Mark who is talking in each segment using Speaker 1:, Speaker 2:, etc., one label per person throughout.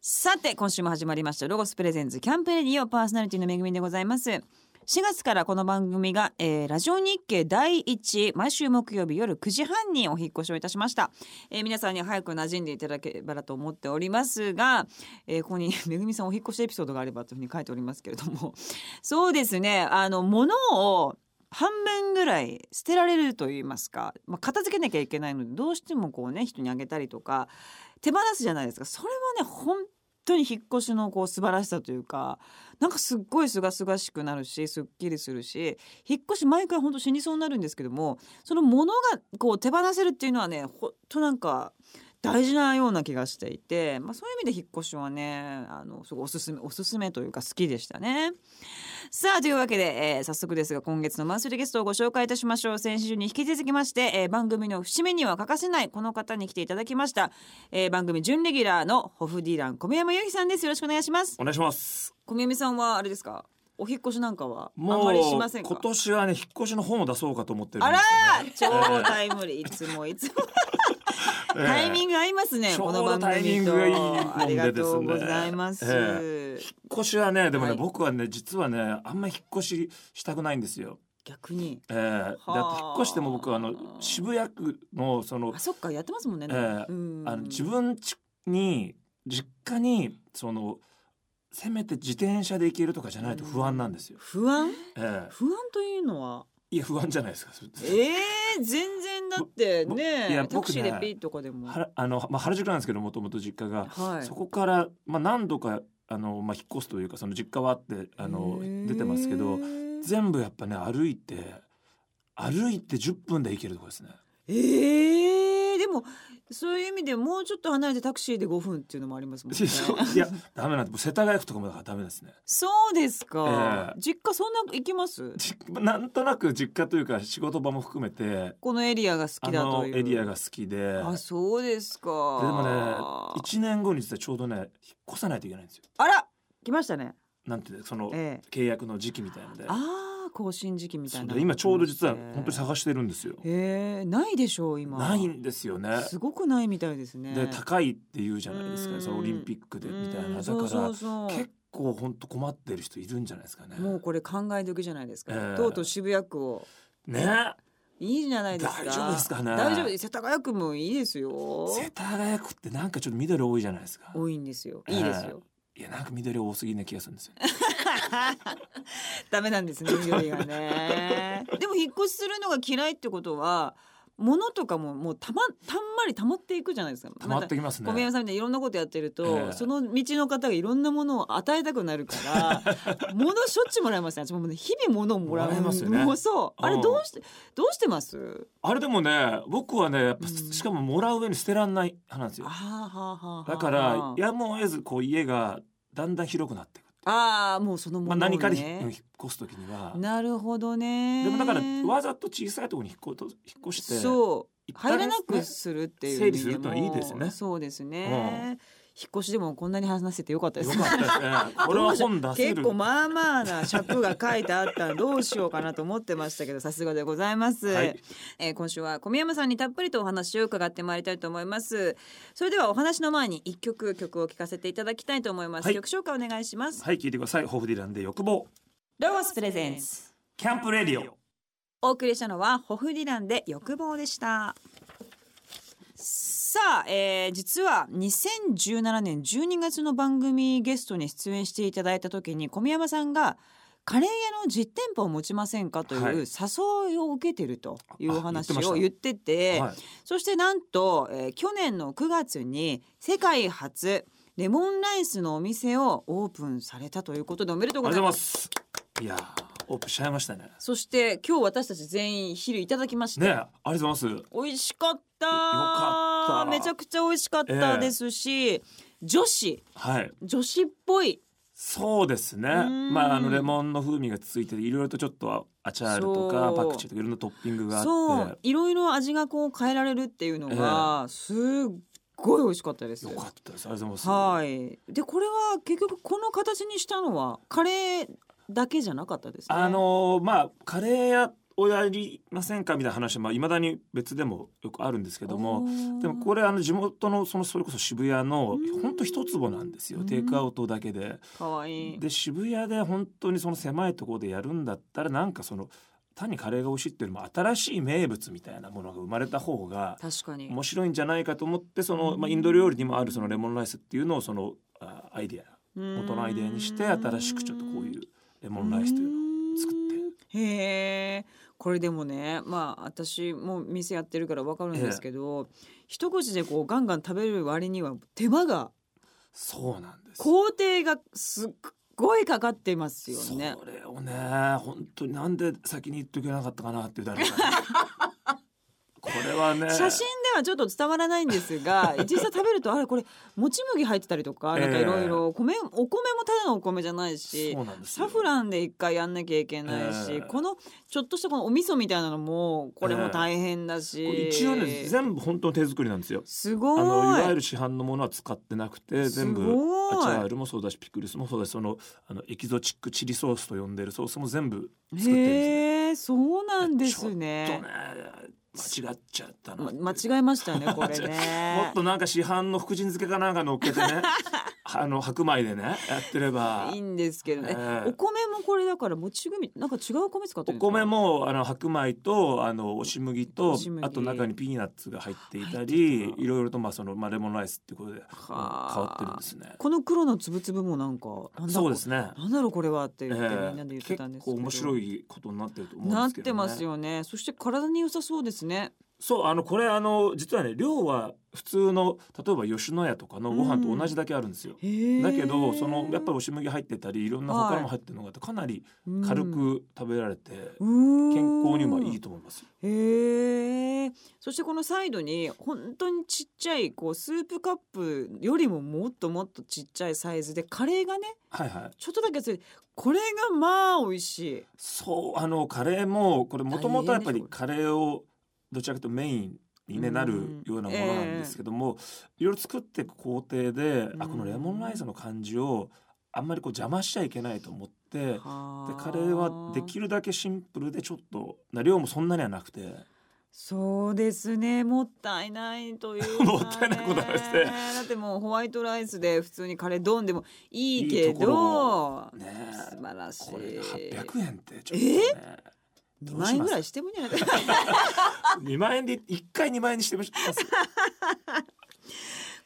Speaker 1: さて今週も始まりましたロゴスプレゼンツキャンプレディオパーソナリティのめぐみでございます4月からこの番組が、えーラジオ日経第一毎週木曜日夜9時半にお引っ越しをいたしました、えー皆さんには早く馴染んでいただければと思っておりますが、えーここに めぐみさんお引っ越しエピソードがあればというふうに書いておりますけれども そうですねあの物を半分ぐらい捨てられると言いますか、まあ、片付けなきゃいけないのでどうしてもこうね人にあげたりとか手放すじゃないですかそれはね本当に引っ越しのこう素晴らしさというかなんかすっごい清々しくなるしすっきりするし引っ越し毎回本当死にそうになるんですけどもそのものがこう手放せるっていうのはねほんとなんか大事なような気がしていて、まあ、そういう意味で引っ越しはねあのすごいおすすめおすすめというか好きでしたね。さあというわけで、えー早速ですが今月のマンスリーゲストをご紹介いたしましょう先週に引き続きまして、えー番組の節目には欠かせないこの方に来ていただきました、えー番組準レギュラーのホフディラン小宮山由紀さんですよろしくお願いします
Speaker 2: お願いします。
Speaker 1: 小宮山さんはあれですかお引っ越しなんかはあん
Speaker 2: も
Speaker 1: ま
Speaker 2: う
Speaker 1: りしませんか
Speaker 2: 今年はね引っ越しの本を出そうかと思ってるん
Speaker 1: あらー
Speaker 2: です
Speaker 1: 超
Speaker 2: よね
Speaker 1: タイムリーいつもいつも
Speaker 2: ええ
Speaker 1: タイミング合いますね、
Speaker 2: ちょ
Speaker 1: こ
Speaker 2: う
Speaker 1: の
Speaker 2: ど
Speaker 1: 番
Speaker 2: タイミ
Speaker 1: 組
Speaker 2: ン
Speaker 1: と
Speaker 2: グがいいもんでですね
Speaker 1: ありがとうございます、
Speaker 2: え引っ越しはねでもね、
Speaker 1: はい
Speaker 2: 僕はね実はねあんま引っ越ししたくないんですよ。
Speaker 1: 逆に
Speaker 2: ええだって引
Speaker 1: はあ
Speaker 2: っ越しても僕はあの渋谷区のその
Speaker 1: あそっかやってますもんね、
Speaker 2: え
Speaker 1: う
Speaker 2: え
Speaker 1: ん
Speaker 2: あの自分家に実家にそのせめて自転車で行けるとかじゃないと不安なんですよ。
Speaker 1: 不安
Speaker 2: ええ
Speaker 1: 不安というのはい
Speaker 2: や不安じゃないですか。それ
Speaker 1: ええ全然だって
Speaker 2: ぼ
Speaker 1: ね
Speaker 2: いや
Speaker 1: タクシーで
Speaker 2: 僕ね
Speaker 1: ピッとかでも
Speaker 2: はらあのまあ原宿なんですけどもともと実家が。
Speaker 1: はい
Speaker 2: そこから、まあ、何度かあの、まあ、引っ越すというかその実家はあってあの出てますけど全部やっぱね歩いて歩いて10分で行けると こですね。
Speaker 1: ええでもそういう意味でもうちょっと離れてタクシーで5分っていうのもありますもん ね
Speaker 2: いやダメなんです世田谷区とかもだからダメですね。
Speaker 1: そうですか、
Speaker 2: ええ
Speaker 1: 実家そんな行きます
Speaker 2: じなんとなく実家というか仕事場も含めて
Speaker 1: このエリアが好
Speaker 2: あ
Speaker 1: きだ
Speaker 2: の
Speaker 1: という
Speaker 2: エリアが好きででで
Speaker 1: あそうですか
Speaker 2: もね1年後に実はちょうどね引っ越さないといけないんですよ。
Speaker 1: あら来ましたね
Speaker 2: なんていうのその
Speaker 1: ええ
Speaker 2: 契約の時期みたいので
Speaker 1: ああ更新時期みた
Speaker 2: そ
Speaker 1: いうな
Speaker 2: で今ちょうど実は本当に
Speaker 1: へ
Speaker 2: 探してるんですよ。
Speaker 1: えないでしょう今
Speaker 2: ないんですよね。
Speaker 1: すごくないみたいですね
Speaker 2: で高いって言うじゃないです
Speaker 1: う
Speaker 2: か
Speaker 1: ん
Speaker 2: そのオリンピックでみたい
Speaker 1: うん
Speaker 2: なだか
Speaker 1: そうそう
Speaker 2: ら
Speaker 1: そう
Speaker 2: 結構本当困ってる人いるんじゃないですかね。
Speaker 1: もうこれ考え時じゃないですか、
Speaker 2: ええ
Speaker 1: とうとう渋谷区を
Speaker 2: ね
Speaker 1: いいじゃないですか
Speaker 2: 大丈夫ですかね
Speaker 1: 大丈夫世田谷区もいいですよ
Speaker 2: 世田谷区ってなんかちょっと緑多いじゃないですか。
Speaker 1: 多いんですよ
Speaker 2: ええ
Speaker 1: いいですよ、
Speaker 2: いやなんか緑多すぎな気がするんですよ。
Speaker 1: ダメなんですね緑が ねでも引っ越しするのが嫌いってことは物とかももうたまたんまり溜まっていくじゃないですか
Speaker 2: 溜まってきます
Speaker 1: 小宮
Speaker 2: ね。
Speaker 1: 山さんみたいにいろんなことやってると、
Speaker 2: ええ
Speaker 1: その道の方がいろんなものを与えたくなる から物しょっちゅうもらいますね私もね日々物をもらう
Speaker 2: もらいますよね
Speaker 1: もうそうあれ
Speaker 2: うん
Speaker 1: どうして、どうしてます
Speaker 2: あれでもね僕はねやっぱ
Speaker 1: うん
Speaker 2: しかももらう上に捨てらんない派なんですよ。
Speaker 1: あーはあはあはあ
Speaker 2: だからやむを得ずこう家がだんだん広くなっていく。
Speaker 1: ああもうそのも
Speaker 2: ま
Speaker 1: の
Speaker 2: あ
Speaker 1: をね、
Speaker 2: 何かに引っ越すときには。
Speaker 1: なるほどね
Speaker 2: でもだからわざと小さいところに引っ越引っ越して。
Speaker 1: そう
Speaker 2: 一旦
Speaker 1: 入らなく
Speaker 2: ね
Speaker 1: するっていう
Speaker 2: 整
Speaker 1: 意味で
Speaker 2: 理するってのはいいですね
Speaker 1: もそうですね、
Speaker 2: うん
Speaker 1: 引っ越しでもこんなに話せてよ かったで
Speaker 2: よ
Speaker 1: す
Speaker 2: かったですね。これは本出せる。
Speaker 1: 結構まあまあな尺が書いてあったらどうしようかなと思ってましたけどさすがでございます、
Speaker 2: はい
Speaker 1: えー今週は小宮山さんにたっぷりとお話を伺ってまいりたいと思いますそれではお話の前に一曲曲を聴かせていただきたいと思います、
Speaker 2: はい
Speaker 1: 曲紹介お願いします、
Speaker 2: はい、聞いてください。ホフディランで欲望。
Speaker 1: ロゴスプレゼンス
Speaker 2: キャンプレディオ。
Speaker 1: お送りしたのはホフディランで欲望でしたさあ、えー実は2017年12月の番組ゲストに出演していただいた時に小宮山さんがカレー屋の実店舗を持ちませんかという
Speaker 2: はい
Speaker 1: 誘いを受けてるというお話
Speaker 2: あ言ってまし
Speaker 1: を
Speaker 2: た
Speaker 1: 言ってて、
Speaker 2: はい。
Speaker 1: そしてなんと、えー去年の9月に世界初レモンライスのお店をオープンされたということでおめでとう
Speaker 2: ありがとう
Speaker 1: ご
Speaker 2: ご
Speaker 1: ざ
Speaker 2: ざ
Speaker 1: い
Speaker 2: い
Speaker 1: ま。
Speaker 2: ますす。いやー、オープンしちゃいましたね。
Speaker 1: そして今日私たち全員昼いただきました
Speaker 2: ねえ、ありがとうございます。
Speaker 1: 美味しかった
Speaker 2: よかった
Speaker 1: めちゃくちゃ美味しかったですし、女子
Speaker 2: はい。
Speaker 1: 女子っぽい
Speaker 2: そうですね。
Speaker 1: ーん
Speaker 2: まあ、あのレモンの風味がついてて、いろいろとちょっとアチャールとか
Speaker 1: そう
Speaker 2: パクチーとかいろんなトッピングが
Speaker 1: そ
Speaker 2: あっ
Speaker 1: ういろいろ味がこう変えられるっていうのがすっごい美味しかったです
Speaker 2: て。よかったです。ありがとうございます。
Speaker 1: はいでこれは結局この形にしたのはカレーだけじゃなかったですね
Speaker 2: あのーまあカレー屋をやりませんかみたいな話はいまだに別でもよくあるんですけどもでもこ
Speaker 1: れ
Speaker 2: れあの地元のそのそれこそ渋谷の
Speaker 1: うん
Speaker 2: ほんと一坪なんです
Speaker 1: う
Speaker 2: よ
Speaker 1: ん
Speaker 2: テイクアウトだけで。
Speaker 1: かわいい
Speaker 2: で渋谷で本当にその狭いところでやるんだったらなんかその単にカレーが美味しいっていうよりも新しい名物みたいなものが生まれた方が
Speaker 1: 確かに
Speaker 2: 面白いんじゃないかと思ってその、
Speaker 1: う
Speaker 2: まあ、
Speaker 1: ん
Speaker 2: インド料理にもあるそのレモンライスっていうのをそのあアイデア
Speaker 1: 大
Speaker 2: 元のアイデアにして新しくちょっとこういうレモンライスというのを作
Speaker 1: ってへえこれでもねまあ私も店やってるから分かるんですけど、一口でこうガンガン食べる割には手間が
Speaker 2: そうなんです
Speaker 1: 工程がすっごいかかってますよ
Speaker 2: そ
Speaker 1: ね
Speaker 2: れをね本当になんで先に言っとけなかったかなっていう 誰かこれはね
Speaker 1: 写真ではちょっと伝わらないんです が実際食べるとあれこれもち麦入ってたりとかなんかいろいろ米お米もただのお米じゃないし
Speaker 2: そうなんですよ
Speaker 1: サフランで一回やんなきゃいけないし、
Speaker 2: ええ
Speaker 1: このちょっとしたこのお味噌みたいなのもこれも大変だし、
Speaker 2: これ一応ね全部本当の手作りなんですよ
Speaker 1: すごい
Speaker 2: あのいわゆる市販のものは使ってなくて全
Speaker 1: す
Speaker 2: 部
Speaker 1: ごい
Speaker 2: アチャールもそうだしピクルスもそうだしそのあのエキゾチックチリソースと呼んでるソースも全部作ってるんで
Speaker 1: へえそうなんです
Speaker 2: すね。
Speaker 1: ね
Speaker 2: ちょっとね間違っちゃったなって
Speaker 1: ま間違えましたねこれね
Speaker 2: もっとなんか市販の福神漬けかなんか乗っけて ねあの白米でねやってれば
Speaker 1: いいんですけどね、え
Speaker 2: ええ
Speaker 1: お米もこれだからもち麦なんか違うお米使って
Speaker 2: お
Speaker 1: るんですか
Speaker 2: 米もあの白米とあの押し麦と
Speaker 1: 押し麦
Speaker 2: あと中にピーナッツが入っていたり
Speaker 1: 入ってた
Speaker 2: いろいろとまあその、まあ、レモンライスっていうことで
Speaker 1: あ
Speaker 2: 変わってるんですね。
Speaker 1: この黒のつぶつぶもなんかなんだ
Speaker 2: そうですね。
Speaker 1: なんだろうこれはって
Speaker 2: え
Speaker 1: 言ってみんなで
Speaker 2: え
Speaker 1: 言ってたんです
Speaker 2: 結
Speaker 1: け
Speaker 2: 構
Speaker 1: ど、
Speaker 2: 面白いことになってると思うん
Speaker 1: な
Speaker 2: で
Speaker 1: っ
Speaker 2: すけど、
Speaker 1: て
Speaker 2: ね、
Speaker 1: ますよねそして体に良さそうですね
Speaker 2: そうあのこれあの実はね量は普通の例えば吉野家とかのご飯と同じだけあるんですよ、だ
Speaker 1: だ
Speaker 2: けどそのやっぱりおし麦入ってたりいろんな他のも入ってるのがあってかなり軽く食べられて健
Speaker 1: 健
Speaker 2: 康にもいいと思いますよ、
Speaker 1: へえそしてこのサイドに本当にちっちゃいこうスープカップよりももっともっとちっちゃいサイズでカレーがね
Speaker 2: はいはい
Speaker 1: ちょっとだけついてこれがまあ美味しい
Speaker 2: そうあのカレーもこれもともとやっぱりカレーをどちらかというとメインに、ね
Speaker 1: うん
Speaker 2: なるようなものなんですけども、いろいろ作っていく工程で、あこのレモンライスの感じをあんまりこう邪魔しちゃいけないと思って、で
Speaker 1: はあ
Speaker 2: カレーはできるだけシンプルでちょっとな量もそんなにはなくて
Speaker 1: そうですねもったいないというか
Speaker 2: もったいないことはですね
Speaker 1: だってもうホワイトライスで普通にカレードンでもいいけ
Speaker 2: いいとこ
Speaker 1: ど
Speaker 2: ね
Speaker 1: 素晴らしい
Speaker 2: これが800円ってちょっと、ね、
Speaker 1: 2万円ぐらいしてもいいんじゃないかな
Speaker 2: 2万円で1回2万円にしてます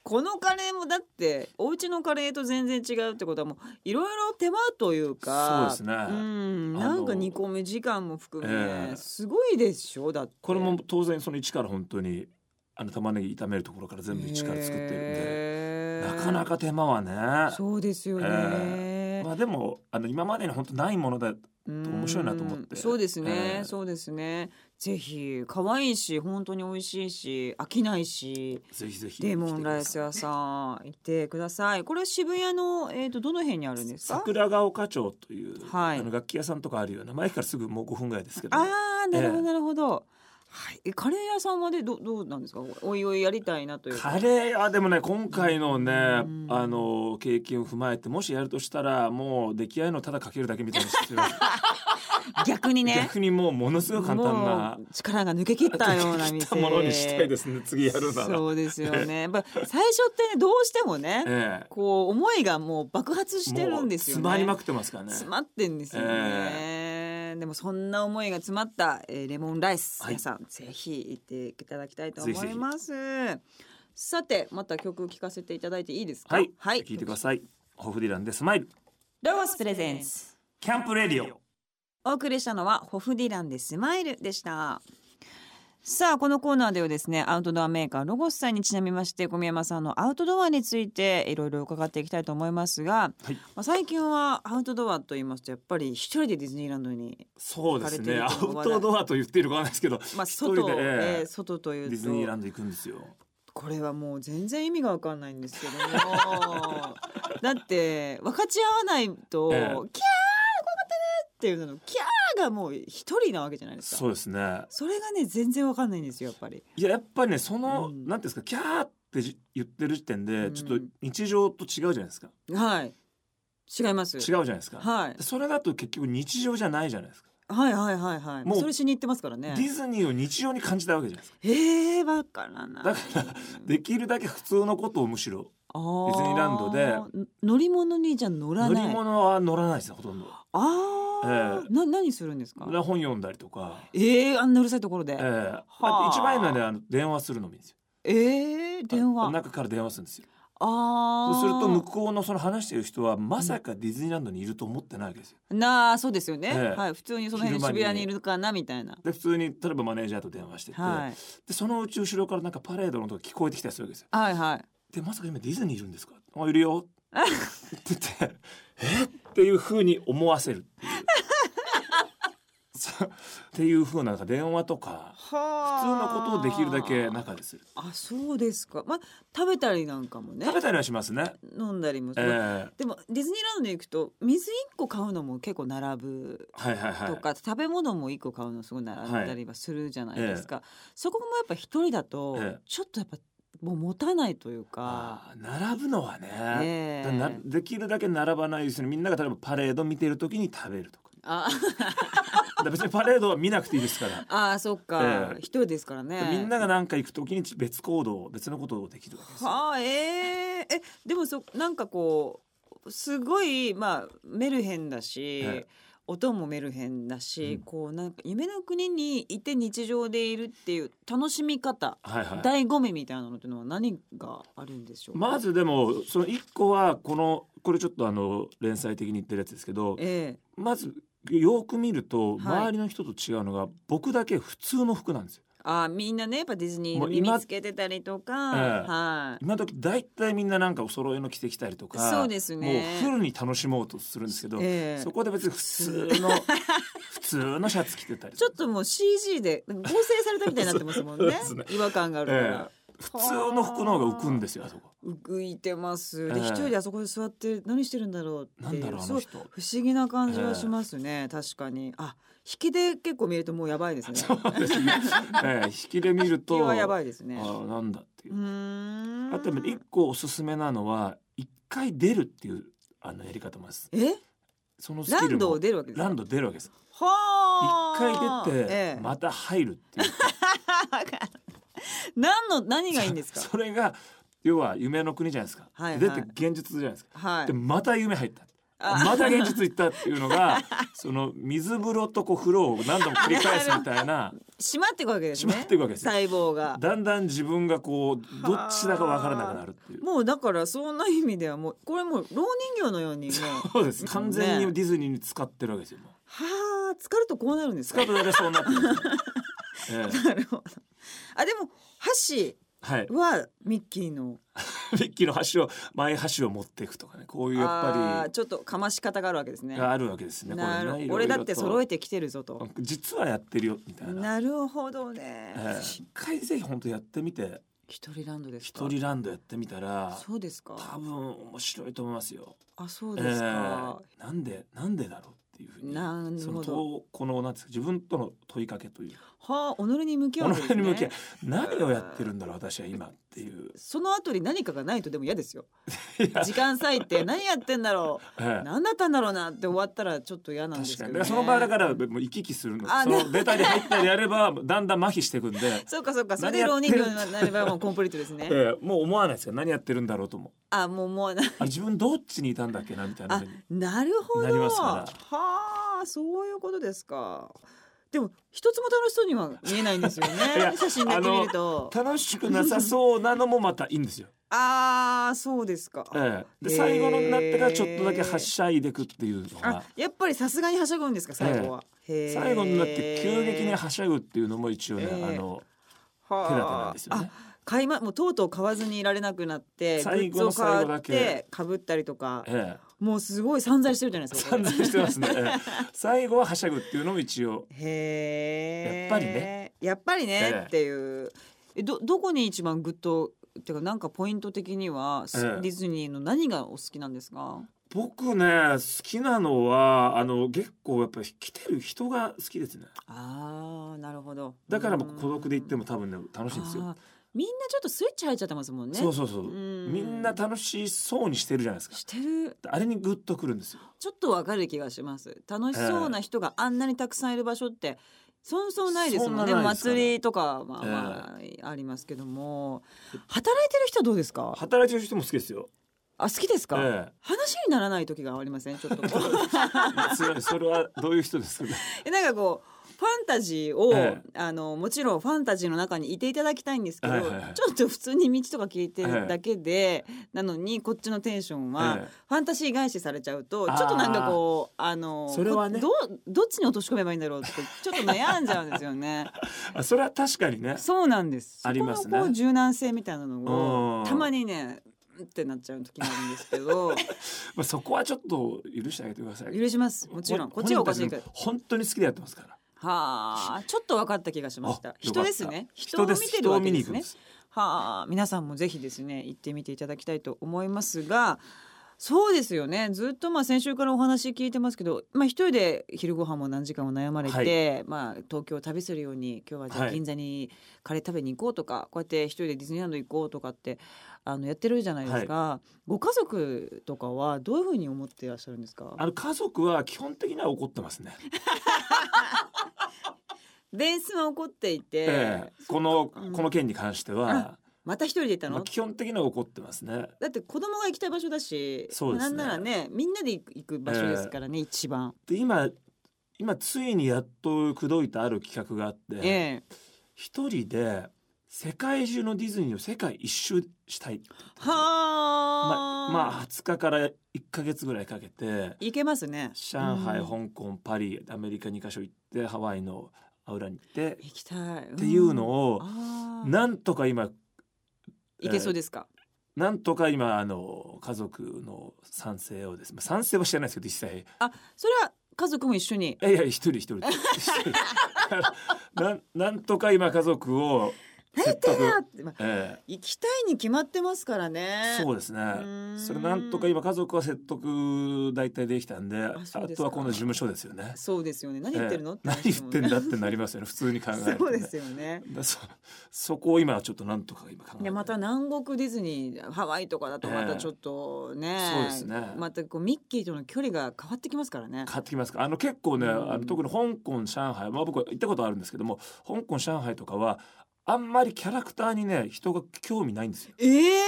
Speaker 1: このカレーもだってお家のカレーと全然違うってことはもういろいろ手間というか
Speaker 2: そうですね
Speaker 1: んなんか
Speaker 2: あの
Speaker 1: 煮込み時間も含め、
Speaker 2: ええ
Speaker 1: すごいでしょだって
Speaker 2: これも当然その一から本当にあの玉ねぎ炒めるところから全部一から作ってるんで、
Speaker 1: へえ
Speaker 2: なかなか手間はね
Speaker 1: そうですよね、
Speaker 2: えまあでもあの今までに本当ないものだ
Speaker 1: 面
Speaker 2: 面白いなと思って
Speaker 1: そうですね、
Speaker 2: ええ
Speaker 1: そうですねぜひ可愛いし本当に美味しいし飽きないし
Speaker 2: ぜひぜひ
Speaker 1: レモンライス屋
Speaker 2: ん
Speaker 1: さん行ってくださいこれは渋谷のえっ、とどの辺にあるんですか
Speaker 2: 桜ヶ丘町という、
Speaker 1: はい
Speaker 2: あの楽器屋さんとかあるような前からすぐもう5分ぐらいですけど、
Speaker 1: あーなるほど
Speaker 2: ええ
Speaker 1: なるほど、はいえカレー屋さんはでどどうなんですかおいおいやりたいなというか
Speaker 2: カレーあでもね今回のね、
Speaker 1: うん
Speaker 2: あの経験を踏まえてもしやるとしたらもう出来合いのただかけるだけみたいにしてる
Speaker 1: 逆に ね
Speaker 2: 逆にもうものすごい簡単な
Speaker 1: もう力が抜け切ったような
Speaker 2: 切っ
Speaker 1: 店
Speaker 2: たものにしたいですね次やるなら。
Speaker 1: そうですよねやっぱ最初ってねどうしてもね
Speaker 2: ええ
Speaker 1: こう思いがもう爆発してるんですよね。
Speaker 2: もう詰まりまくってますからね。
Speaker 1: 詰まってんですよね。でもそんな思いが詰まった、えーレモンライス、
Speaker 2: はい
Speaker 1: 皆さんぜひ行っていただきたいと
Speaker 2: ぜひ
Speaker 1: 思
Speaker 2: ぜ
Speaker 1: い
Speaker 2: ひ
Speaker 1: ます。さてまた曲聴かせていただいていいですか。
Speaker 2: はい、聞いてください。ホフディランでスマイル。
Speaker 1: ロゴスプレゼンス。
Speaker 2: キャンプレディオ。
Speaker 1: お送りしたのはホフディランでスマイルでしたさあこのコーナーではですねアウトドアメーカーロゴスさんにちなみまして小宮山さんのアウトドアについていろいろ伺っていきたいと思いますが、
Speaker 2: はい
Speaker 1: まあ最近はアウトドアと言いますとやっぱり一人でディズニーランドに、
Speaker 2: そうですね。ア
Speaker 1: 枯れてると
Speaker 2: ウ
Speaker 1: こ
Speaker 2: トドアと言っているかわかんないですけど、
Speaker 1: まあ、
Speaker 2: 一
Speaker 1: 外
Speaker 2: 人で、
Speaker 1: え
Speaker 2: え
Speaker 1: ー外とい
Speaker 2: え
Speaker 1: う
Speaker 2: ディズニーラ
Speaker 1: と
Speaker 2: ンド行くんですよ。
Speaker 1: これはもう全然意味がわかんないんですけども だって分かち合わないと、
Speaker 2: ええ
Speaker 1: キャー怖かったねっていうののキャーがもう一人なわけじゃないですか
Speaker 2: そうですね。
Speaker 1: それがね全然わかんないんですよやっぱり。
Speaker 2: いや、やっぱりね、その、
Speaker 1: うん
Speaker 2: なんていうんですか、キャーってじ言ってる時点で、
Speaker 1: うん
Speaker 2: ちょっと日常と違うじゃないですか。
Speaker 1: はい。違います。
Speaker 2: 違うじゃないですか。
Speaker 1: はい。
Speaker 2: それだと結局日常じゃないじゃないですか。
Speaker 1: はいはいはいはい
Speaker 2: もう
Speaker 1: それしに行ってますから
Speaker 2: デ
Speaker 1: ね
Speaker 2: ィズニーを日常に感じたいわけじゃないですか
Speaker 1: えー、わからない
Speaker 2: だからできるだけ普通のことをむしろ
Speaker 1: あー
Speaker 2: ディズニーランドで
Speaker 1: ん乗り物にじゃあ乗ら
Speaker 2: 乗
Speaker 1: ない
Speaker 2: り物は乗らないですねほとんどだか
Speaker 1: あー、
Speaker 2: え
Speaker 1: な何するんですから
Speaker 2: 本読んだりとか、
Speaker 1: えー、あんなうるさいところで
Speaker 2: ええだって
Speaker 1: はあ
Speaker 2: 一番いいのはねあの電話するのもいいんですよ
Speaker 1: えー、電話
Speaker 2: 中から電話するんですよ
Speaker 1: あ
Speaker 2: そう
Speaker 1: あ
Speaker 2: すると向こうのその話してる人はまさかディズニーランドにいると思ってないわけですよ
Speaker 1: なあそうですよね、
Speaker 2: ええ
Speaker 1: はい普通にその辺
Speaker 2: 昼間に
Speaker 1: 渋谷にいるかなみたいな
Speaker 2: で普通に例えばマネージャーと電話してて、
Speaker 1: はい
Speaker 2: でそのうち後ろからなんかパレードの音が聞こえてきたりするわけですよ
Speaker 1: はいはい
Speaker 2: でまさか今ディズニーいるんですかあいるよって言ってえっていうふうに思わせるっていう そうっていうふうななんか電話とか普
Speaker 1: 普
Speaker 2: 通のことをできるだけ中でする
Speaker 1: あそうですかまあ食べたりなんかもね
Speaker 2: 食べたりはしますね
Speaker 1: 飲んだりもす
Speaker 2: え
Speaker 1: る、
Speaker 2: ー
Speaker 1: でもディズニーランドに行くと水1個買うのも結構並ぶ
Speaker 2: はいはい
Speaker 1: と
Speaker 2: は
Speaker 1: か、食べ物も1個買うのすごい並んだりはするじゃないですか、そこもやっぱ一人だと
Speaker 2: ええ
Speaker 1: ちょっとやっぱもう持たないというか、
Speaker 2: い並ぶのはね、
Speaker 1: ええ
Speaker 2: なできるだけ並ばないですねみんなが例えばパレード見てる時に食べるとか
Speaker 1: あ
Speaker 2: だから別にパレードは見なくていいで すから
Speaker 1: あーそっか
Speaker 2: ええ
Speaker 1: 一人ですからね
Speaker 2: みんながなんか行く時に別行動別のことをできるわけですよ
Speaker 1: はあえー、えでもそなんかこうすごいまあメルヘンだし、
Speaker 2: ええ
Speaker 1: 音もメルヘンだし、
Speaker 2: うん
Speaker 1: こうなんか夢の国にいて日常でいるっていう楽しみ方、
Speaker 2: はいはい
Speaker 1: 醍醐味みたいなのっていうのは何があるんでしょうか
Speaker 2: まずでもその一個はこのこれちょっとあの連載的に言ってるやつですけど
Speaker 1: ええ
Speaker 2: まずよく見る
Speaker 1: はい
Speaker 2: と周りの人と違うのが僕だけ普通の服なんですよ。
Speaker 1: あーみんなねやっぱディズニー
Speaker 2: も
Speaker 1: の
Speaker 2: う今
Speaker 1: 耳つけてたりとか、
Speaker 2: ええ
Speaker 1: はい、
Speaker 2: 今時だいたいみんななんかお揃いの着てきたりとか
Speaker 1: そうですね
Speaker 2: もうフルに楽しもうとするんですけど、
Speaker 1: ええ
Speaker 2: そこで別に普通 の普通のシャツ着てたり
Speaker 1: ちょっ
Speaker 2: と
Speaker 1: ともう CG でなんか合成されたみたいになってますもんね
Speaker 2: そうです
Speaker 1: 違和感がある
Speaker 2: か、
Speaker 1: か
Speaker 2: え
Speaker 1: ら。
Speaker 2: え普通の服の方が浮くんですよあそこ。
Speaker 1: 浮いてます。で、
Speaker 2: ええ
Speaker 1: 一人であそこで座って何してるんだろうっていう。
Speaker 2: なんだろうあ
Speaker 1: す
Speaker 2: の
Speaker 1: ごい
Speaker 2: 人。
Speaker 1: 不思議な感じはしますね。確かに。あ、引きで結構見るともうやばいですね。
Speaker 2: そうですねええ引きで見る
Speaker 1: 引
Speaker 2: と
Speaker 1: きはやばいですね。
Speaker 2: ああなんだっていう
Speaker 1: う。ーん。
Speaker 2: あとね一個おすすめなのは一回出るっていうあのやり方もです。
Speaker 1: え、
Speaker 2: そのス
Speaker 1: ラ
Speaker 2: キル
Speaker 1: ンドを
Speaker 2: も
Speaker 1: 出るわけですか。
Speaker 2: ランド出るわけです。
Speaker 1: はあ
Speaker 2: 一。回出て
Speaker 1: ええ
Speaker 2: また入 るっていう。
Speaker 1: 何の何がいいんですか。
Speaker 2: それが要は夢の国じゃないですか。
Speaker 1: はいはい
Speaker 2: 出て現実じゃないですか。
Speaker 1: は
Speaker 2: で
Speaker 1: い。
Speaker 2: また夢入った。
Speaker 1: あ
Speaker 2: また現実行ったっていうの がその水風呂とこう風呂を何度も繰り返すみたいな
Speaker 1: 閉まっていくわけですね。
Speaker 2: 閉まっていくわけです
Speaker 1: 細胞が。
Speaker 2: だんだん自分がこうどっちだかわからなくなるっていう。
Speaker 1: もうだからそんな意味ではもうこれもう老人形のようにもう
Speaker 2: そうです
Speaker 1: ね
Speaker 2: 完全にディズニーに使ってるわけですよ。もう
Speaker 1: はあ疲れるとこうなるんです
Speaker 2: 使
Speaker 1: か
Speaker 2: う。と大体そうなってるんですよ。ええ
Speaker 1: なるほど。あでも箸
Speaker 2: はい、
Speaker 1: はミッキーの
Speaker 2: ミッキーの箸を前箸を持っていくとかねこういうや
Speaker 1: あ
Speaker 2: っ
Speaker 1: ーちょっとかまし方があるわけです
Speaker 2: ぱ
Speaker 1: ね
Speaker 2: り。があるわけですね。
Speaker 1: なる
Speaker 2: これね
Speaker 1: 俺だって揃えて
Speaker 2: て
Speaker 1: きてるぞと。
Speaker 2: 実はやってるよみたいな。
Speaker 1: なるほどね
Speaker 2: え。え一回ぜひ本当やってみて
Speaker 1: 一人ランドですか。
Speaker 2: 一人ランドやってみたら
Speaker 1: そうですか。
Speaker 2: 多分面白いと思いますよ。
Speaker 1: あそうですか。
Speaker 2: ええなんでなんでだろうっていうふうに
Speaker 1: なる
Speaker 2: そ
Speaker 1: ほ
Speaker 2: の
Speaker 1: ど。
Speaker 2: とこのなんですか自分との問いかけというか
Speaker 1: はあ己に向き合うん
Speaker 2: この
Speaker 1: です
Speaker 2: 辺に向き合
Speaker 1: ね
Speaker 2: う。何をやってるんだろう私は今っていう。
Speaker 1: その後に何かがないとでも嫌ですよ。
Speaker 2: いや
Speaker 1: 時間割いて何やってんだろ
Speaker 2: え
Speaker 1: う。
Speaker 2: え
Speaker 1: 何だったんだろうなって終わったらちょっと嫌なんです
Speaker 2: 確
Speaker 1: けど、ね。
Speaker 2: かに、だからその場合だからもう行き来するの
Speaker 1: あ
Speaker 2: そのベタに入ったりやればだんだん麻痺していくんで、
Speaker 1: そうかそうかそれで老
Speaker 2: 何や
Speaker 1: 人
Speaker 2: って
Speaker 1: 形
Speaker 2: る
Speaker 1: になればもうコンプリートですね
Speaker 2: え。えもう思わないですよ何やってるんだろうとも
Speaker 1: あもうもうな
Speaker 2: あ自分どっちにいたんだっけなみたいな
Speaker 1: あ
Speaker 2: 風に
Speaker 1: なるほ
Speaker 2: な
Speaker 1: ど。
Speaker 2: りますか
Speaker 1: は
Speaker 2: ら
Speaker 1: あそういうことですか。でも一つも楽しそうには見えないんですよ
Speaker 2: いや
Speaker 1: ね。写真だけ見ると。
Speaker 2: 楽しくなさそうなのもまたいいんですよ、
Speaker 1: ああそうですか。
Speaker 2: ええで
Speaker 1: へえ
Speaker 2: 最後のになってからちょっとだけはしゃいでくっていうの
Speaker 1: あ
Speaker 2: が
Speaker 1: やっぱりさすがにはしゃぐんですか最後は。へえ
Speaker 2: 最後になって急激にはしゃぐっていうのも一応ね、
Speaker 1: へえ
Speaker 2: あの
Speaker 1: はあ
Speaker 2: 手立てなんですよね
Speaker 1: あ買いまもうとうとう買わずにいられなくなってグ
Speaker 2: 最
Speaker 1: ッ
Speaker 2: 後
Speaker 1: ズを買
Speaker 2: の最後
Speaker 1: っ
Speaker 2: だけ
Speaker 1: てかぶったりとか
Speaker 2: ええ
Speaker 1: もうすごい散財してるじゃないですか。これ
Speaker 2: 散々してますね、ええ最後ははしゃぐっていうのも一応
Speaker 1: へえ。
Speaker 2: やっぱりね。
Speaker 1: やっぱりね、
Speaker 2: ええ
Speaker 1: っていう。えどどこに一番グッとっていうかなんかポイント的には、す
Speaker 2: ええ
Speaker 1: ディズニーの何がお好きなんですか。
Speaker 2: 僕ね好きなのはあの結構やっぱり来てる人が好きですね
Speaker 1: ああなるほど。
Speaker 2: だからもう孤独で行って
Speaker 1: も
Speaker 2: も多分ね楽しいんですよ
Speaker 1: あーみんなちょっとスイッチ入っちゃってますもんね
Speaker 2: そうそうそう、
Speaker 1: うん
Speaker 2: みんな楽しそうにしてるじゃないですか
Speaker 1: してる
Speaker 2: あれにグッとくるんですよ
Speaker 1: ちょっとわかる気がします楽しそうな人があんなにたくさんいる場所ってそうそうないですもんね
Speaker 2: そんなないですから
Speaker 1: 祭りとかまあまあありますけども、働いてる人はどうですか
Speaker 2: 働いてる人も好きですよ、
Speaker 1: あ好きです
Speaker 2: え
Speaker 1: か、話にならない時がありませんちょっ と
Speaker 2: え、それそれはどういう人ですかね
Speaker 1: えなんかこうファンタジーを、
Speaker 2: え
Speaker 1: あのもちろんファンタジーの中にいていただきたいんですけど、
Speaker 2: はいはいはい
Speaker 1: ちょっと普通に道とか聞いてるだけで、なのにこっちのテンションは、
Speaker 2: ええ
Speaker 1: ファンタジー返しされちゃうとちょ
Speaker 2: あー
Speaker 1: っとなんかこうあの
Speaker 2: それはね
Speaker 1: こどどっちに落とし込めばいいんだろうってちょっと悩んじゃうんですよね。
Speaker 2: あそれは確かにね
Speaker 1: そうなんです。
Speaker 2: ありますね
Speaker 1: そこのこう柔軟性みたいなの
Speaker 2: う
Speaker 1: を
Speaker 2: ん
Speaker 1: たまにねうんってなっちゃう時もあるんですけ ど
Speaker 2: まあ、そこはちょっと許してあげてください
Speaker 1: 許しますもちろんこっちがおかしいから。
Speaker 2: 本当に好きでやってますから
Speaker 1: はあ、ちょっと分かった気がしまし
Speaker 2: あよ
Speaker 1: た
Speaker 2: か。った
Speaker 1: 人ですね。人を見てるわけですね。
Speaker 2: す
Speaker 1: はあ、皆さんもぜひですね、行ってみていただきたいと思いますが。そうですよね。ずっとまあ先週からお話聞いてますけど、まあ一人で昼ご飯も何時間も悩まれて、まあ東京を旅するように今日はじゃあ
Speaker 2: はい
Speaker 1: 銀座にカレー食べに行こうとか、こうやって一人でディズニーランド行こうとかってあのやってるじゃないですか、ご家族とかはどういうふうに思っていらっしゃるんですか
Speaker 2: あの家族は基本的には怒ってますね、
Speaker 1: ベースは怒っていて、
Speaker 2: ええこのこ
Speaker 1: うん
Speaker 2: の件に関しては、
Speaker 1: また一人でいたの、
Speaker 2: まあ、基本的には怒ってますね
Speaker 1: だって子供が行きたい場所だし、
Speaker 2: そうですね
Speaker 1: なんならねみんなで行く行く場所ですからね、一番。
Speaker 2: で今今ついにやっと口説いたある企画があって、
Speaker 1: ええ
Speaker 2: 一人で世界中のディズニーを世界一周したいって言ってたんですよま
Speaker 1: はあ、
Speaker 2: あまあ20日から1ヶ月ぐらいかけて
Speaker 1: 行けますね。
Speaker 2: 上海、
Speaker 1: うん
Speaker 2: 香港パリアメリカ2カ所行ってハワイのアウラに行って
Speaker 1: 行きたい。っ
Speaker 2: っていうのを、
Speaker 1: ああ
Speaker 2: なんとか今
Speaker 1: 行けそうですか。
Speaker 2: なんとか今あの家族の賛成をです、まあ、賛成はしてないですけど実際い
Speaker 1: それは家族も一緒に。
Speaker 2: やいや一人一人 一人なんなんとか今家族を説
Speaker 1: いや
Speaker 2: 得、
Speaker 1: まあ
Speaker 2: え
Speaker 1: 行きたいに決まってますから
Speaker 2: え
Speaker 1: ね。
Speaker 2: そう
Speaker 1: う
Speaker 2: ですね
Speaker 1: ーん
Speaker 2: それなんとか今家族は説得大体できたんであ
Speaker 1: そうですか
Speaker 2: とはこの事務所ですよね
Speaker 1: そうですよね。何言ってるの、
Speaker 2: ええ何言ってん
Speaker 1: 話
Speaker 2: だってなりますよね普通に考え
Speaker 1: も
Speaker 2: る
Speaker 1: ね
Speaker 2: と、ね、
Speaker 1: そうですよね。
Speaker 2: だ そそこを今ちょっとなんとか今考えて
Speaker 1: でまた南国ディズニーハワイとかだとまたちょっとね、
Speaker 2: そうですね
Speaker 1: またこうミッキーとの距離が変わってきますからね。
Speaker 2: 買ってきますかあの結構ね、
Speaker 1: うん
Speaker 2: あの特に香港上海、まあ、僕は行ったことあるんですけども香港上海とかはあんまりキャラクターにね人が興味ないんですよ
Speaker 1: ええ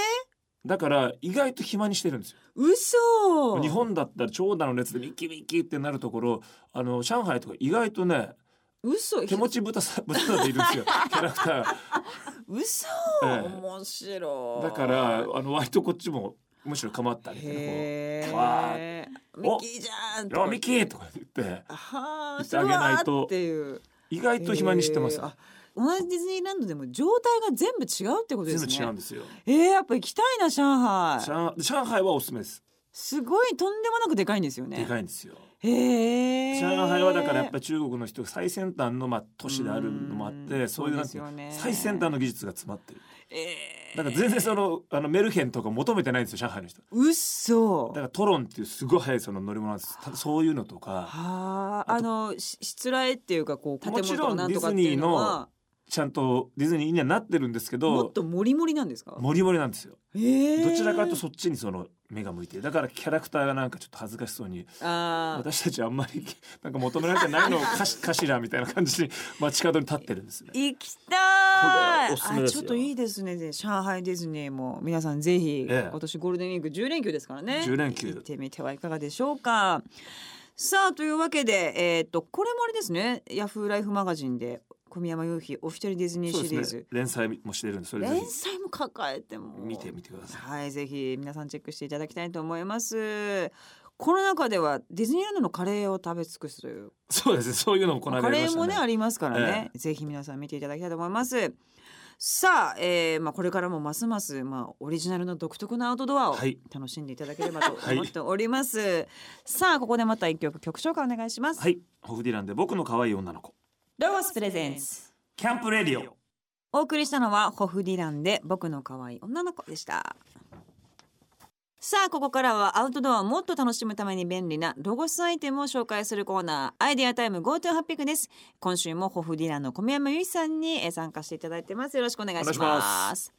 Speaker 2: だから意外と暇にしてるんですよ
Speaker 1: 嘘
Speaker 2: 日本だったら長蛇の列でミッキーミッキーってなるところあの上海とか意外とね
Speaker 1: 嘘
Speaker 2: 手持ちぶ たさぶたさでいるんですよキャラクターが、
Speaker 1: 嘘、
Speaker 2: え
Speaker 1: 面白
Speaker 2: え
Speaker 1: い
Speaker 2: だからあの割とこっちもむしろ構ったりとかこ
Speaker 1: へ
Speaker 2: うわ
Speaker 1: えミッ
Speaker 2: お
Speaker 1: キーじゃん
Speaker 2: う「あミッキー!」とか言って
Speaker 1: はあ
Speaker 2: 言っ
Speaker 1: そ
Speaker 2: て
Speaker 1: れ
Speaker 2: あげ
Speaker 1: は
Speaker 2: ないと
Speaker 1: っていう
Speaker 2: 意外と暇にしてます
Speaker 1: へえあ同じディズニーランドでも状態が全部違うってことで
Speaker 2: 全
Speaker 1: す
Speaker 2: 部
Speaker 1: ね
Speaker 2: 違うんですよ
Speaker 1: ええやっぱ行きたいな上海
Speaker 2: 上上海はおすすめです
Speaker 1: すごいとんでもなくでかいんですよね
Speaker 2: でかいんですよ
Speaker 1: へえ
Speaker 2: 上海はだからやっぱり中国の人が最先端のまあ都市であるのもあっ
Speaker 1: う
Speaker 2: て
Speaker 1: ん
Speaker 2: そういうなんていう
Speaker 1: そうですよね
Speaker 2: 最先端の技術が詰まってる
Speaker 1: ええ
Speaker 2: だから全然そのあのメルヘンとか求めてないんですよ上海の人
Speaker 1: 嘘
Speaker 2: だからトロンっていうすごい速いその乗り物なんですたそういうのとか
Speaker 1: はあ
Speaker 2: あ
Speaker 1: あ
Speaker 2: と
Speaker 1: のし失礼っていうかこう建
Speaker 2: も
Speaker 1: 物
Speaker 2: ち
Speaker 1: と
Speaker 2: ろ
Speaker 1: か
Speaker 2: ん
Speaker 1: なんとかっていうのは
Speaker 2: ちゃんとディズニーにはなってるんですけ
Speaker 1: もっ
Speaker 2: ど
Speaker 1: とモリモリなんですか
Speaker 2: モリモリなんですよ
Speaker 1: えー
Speaker 2: どちらかというとそっちにその目が向いてるだからキャラクターがなんかちょっと恥ずかしそうに
Speaker 1: あー
Speaker 2: 私たちはあんまり なんか求められてないのかし かしらみたいな感じに街角に立ってるんですね
Speaker 1: 行きたい
Speaker 2: これおすすめ
Speaker 1: あ
Speaker 2: です
Speaker 1: ち
Speaker 2: よ
Speaker 1: ょっといいですねで上海ディズニーも皆さんぜひ、
Speaker 2: ええ
Speaker 1: 今年ゴールデンウィーク10連休ですからね
Speaker 2: 10連休
Speaker 1: 行ってみてはいかがでしょうかさあというわけでえーっとこれもあれですねヤフーライフマガジンで小宮山雄飛お一人ディズニー
Speaker 2: そう
Speaker 1: シリ
Speaker 2: で
Speaker 1: ー
Speaker 2: す
Speaker 1: ズ、
Speaker 2: ね連載もしてるんでそれぜ
Speaker 1: 連
Speaker 2: ひ
Speaker 1: 載も抱えても
Speaker 2: 見てみてください
Speaker 1: はい、ぜひ皆さんチェックしていただきたいと思います。コロナ禍ではディズニーランドのカレーを食べ尽くすという、
Speaker 2: そうですねそういうのもこの間
Speaker 1: カレ
Speaker 2: やりま
Speaker 1: ー
Speaker 2: した
Speaker 1: もねあ
Speaker 2: ね
Speaker 1: りますからね、ぜひ皆さん見ていただきたいと思います。さあ、えーまあ、これからもますます、まあ、オリジナルの独特なアウトドアを
Speaker 2: はい
Speaker 1: 楽しんでいただければと
Speaker 2: はい
Speaker 1: 思っております。さあここでまた一曲曲紹介お願いします。
Speaker 2: はいホフディランで僕の可愛い女の子
Speaker 1: ロゴスプレゼンス
Speaker 2: キャンプレディオ
Speaker 1: お送りしたのはホフディランで僕の可愛い女の子でした。さあここからはアウトドアをもっと楽しむために便利なロゴスアイテムを紹介するコーナーアイデアタイム GoTo800 です今週もホフディラーの小宮山由依さんにえー参加していただいてますよろしくお願いします
Speaker 2: お願いしま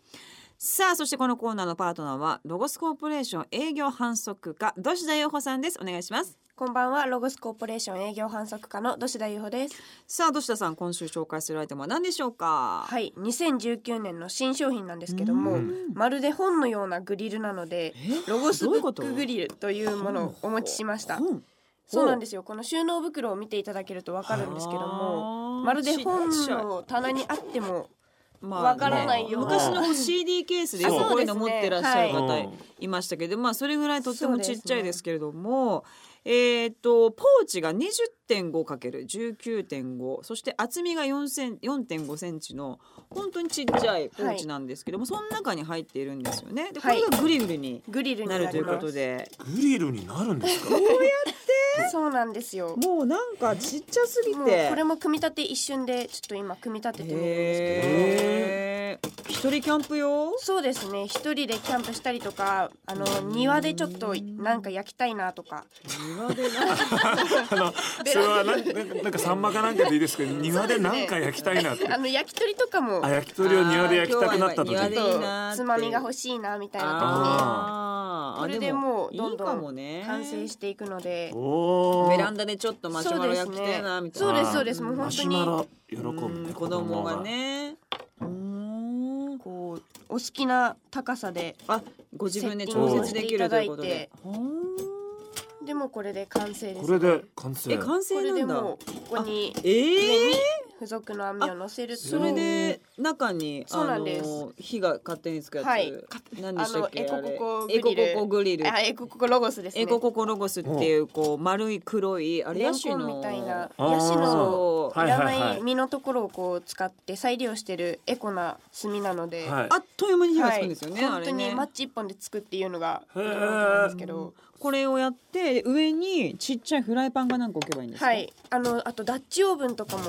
Speaker 1: さあそしてこのコーナーのパートナーはロゴスコーポレーション営業販促課土師田洋穂さんですお願いします
Speaker 3: こんばんはロゴスコーポレーション営業販促課の土師田優穂です
Speaker 1: さあ土師田さん今週紹介するアイテムは何でしょうか
Speaker 3: はい2019年の新商品なんですけども
Speaker 1: うん
Speaker 3: まるで本のようなグリルなので
Speaker 1: え
Speaker 3: ロゴス
Speaker 1: どう
Speaker 3: ブ
Speaker 1: いうこ
Speaker 3: ッ
Speaker 1: と
Speaker 3: クグリルというものをお持ちしました
Speaker 1: 本
Speaker 3: そうなんですよこの収納袋を見ていただけるとわかるんですけども
Speaker 1: あー
Speaker 3: まるで本
Speaker 1: ちっちゃい
Speaker 3: の棚にあっても
Speaker 1: まあ
Speaker 3: わからないような
Speaker 1: 昔の CD ケースでよ
Speaker 2: そう
Speaker 1: くこういうの持ってらっしゃる
Speaker 2: そう
Speaker 1: 方
Speaker 2: ですねはい
Speaker 1: いましたけど、まあそれぐらいとってもちっちゃいですけれども、えっ、とポーチが 20.5×19.5 そして厚みが4セン4.5センチの本当にちっちゃいポーチなんですけども、その中に入っているんですよね。でこ
Speaker 3: は
Speaker 1: れ
Speaker 3: い
Speaker 1: がグリグリに
Speaker 3: グリルに
Speaker 1: な
Speaker 3: な
Speaker 1: るとい
Speaker 3: り
Speaker 1: うこ
Speaker 3: ま
Speaker 1: と
Speaker 3: す
Speaker 1: で、
Speaker 2: グリルになるんですか。
Speaker 3: そうなんですよ
Speaker 1: もうなんかちっちゃすぎ
Speaker 3: もう
Speaker 1: て
Speaker 3: これも組み立て一瞬でちょっと今組み立ててみるんですけど
Speaker 1: へー一人キャンプ用
Speaker 3: そうですね一人でキャンプしたりとかあの庭でちょっとなんか焼きたいなとか
Speaker 1: 庭でなんか
Speaker 2: あのそれはなんなんかなんかサンマかなんかでいいですけど庭で何か焼きたいなって。
Speaker 3: あの焼き鳥とかも
Speaker 2: あ焼き鳥を庭で焼きたくなった
Speaker 1: あー今日
Speaker 2: 時。
Speaker 1: は庭
Speaker 3: ち
Speaker 1: で
Speaker 3: ょっ
Speaker 1: いい
Speaker 3: と
Speaker 1: なーって
Speaker 3: つまみが欲しいなみたいな
Speaker 1: あー
Speaker 3: これで
Speaker 1: あ
Speaker 3: もうどんどん
Speaker 1: いいかもね
Speaker 3: 時に完成していくので
Speaker 2: おお。
Speaker 1: ベランダでちょっとマシュマロ焼きたいなみたいな
Speaker 3: そうですそうですもう本当に
Speaker 2: マシュマロ喜ぶ
Speaker 1: うん
Speaker 2: ね。
Speaker 1: 子供が。ねうん
Speaker 3: こうお好きな高さで
Speaker 1: あご自分で
Speaker 3: セッ
Speaker 2: ティン
Speaker 1: 調
Speaker 2: グを
Speaker 1: 節できるということ
Speaker 3: してい
Speaker 1: で
Speaker 3: でもこれで完成です
Speaker 2: これで完成。
Speaker 1: え完
Speaker 3: こ
Speaker 1: 成
Speaker 3: れ
Speaker 1: な
Speaker 3: で
Speaker 1: んだ
Speaker 3: もうここに
Speaker 1: えー
Speaker 3: 上に付属の網を乗せると
Speaker 1: それで中に
Speaker 3: そうなんです
Speaker 1: あの火が勝手につくやつ、
Speaker 3: はい
Speaker 1: 何でしたっけ
Speaker 3: あの
Speaker 1: あれ
Speaker 3: エコココグリル
Speaker 1: エコココグリル
Speaker 3: あえここロゴスですね
Speaker 1: エコココロゴスっていうこう丸い黒いあれ
Speaker 3: レ
Speaker 1: ヤ
Speaker 3: ン
Speaker 1: シの
Speaker 3: コンみたいな
Speaker 2: あー
Speaker 3: ヤシの
Speaker 1: そう
Speaker 2: はいい
Speaker 3: ら
Speaker 2: はい
Speaker 3: な
Speaker 2: はい
Speaker 3: い実のところをこう使って再利用してるエコな炭なので、
Speaker 2: はい。
Speaker 1: あっという間に火がつ
Speaker 3: は
Speaker 1: く
Speaker 3: い
Speaker 1: んですよね、あ
Speaker 3: 本当
Speaker 1: れね
Speaker 3: にマッチ一本でつくっていうのが
Speaker 2: へ
Speaker 3: 上
Speaker 2: ー
Speaker 3: 手なんですけど、
Speaker 1: これをやって上にちっちゃいフライパンが何個置けばいいんですか、
Speaker 3: はい、あのあとダッチオーブンとかも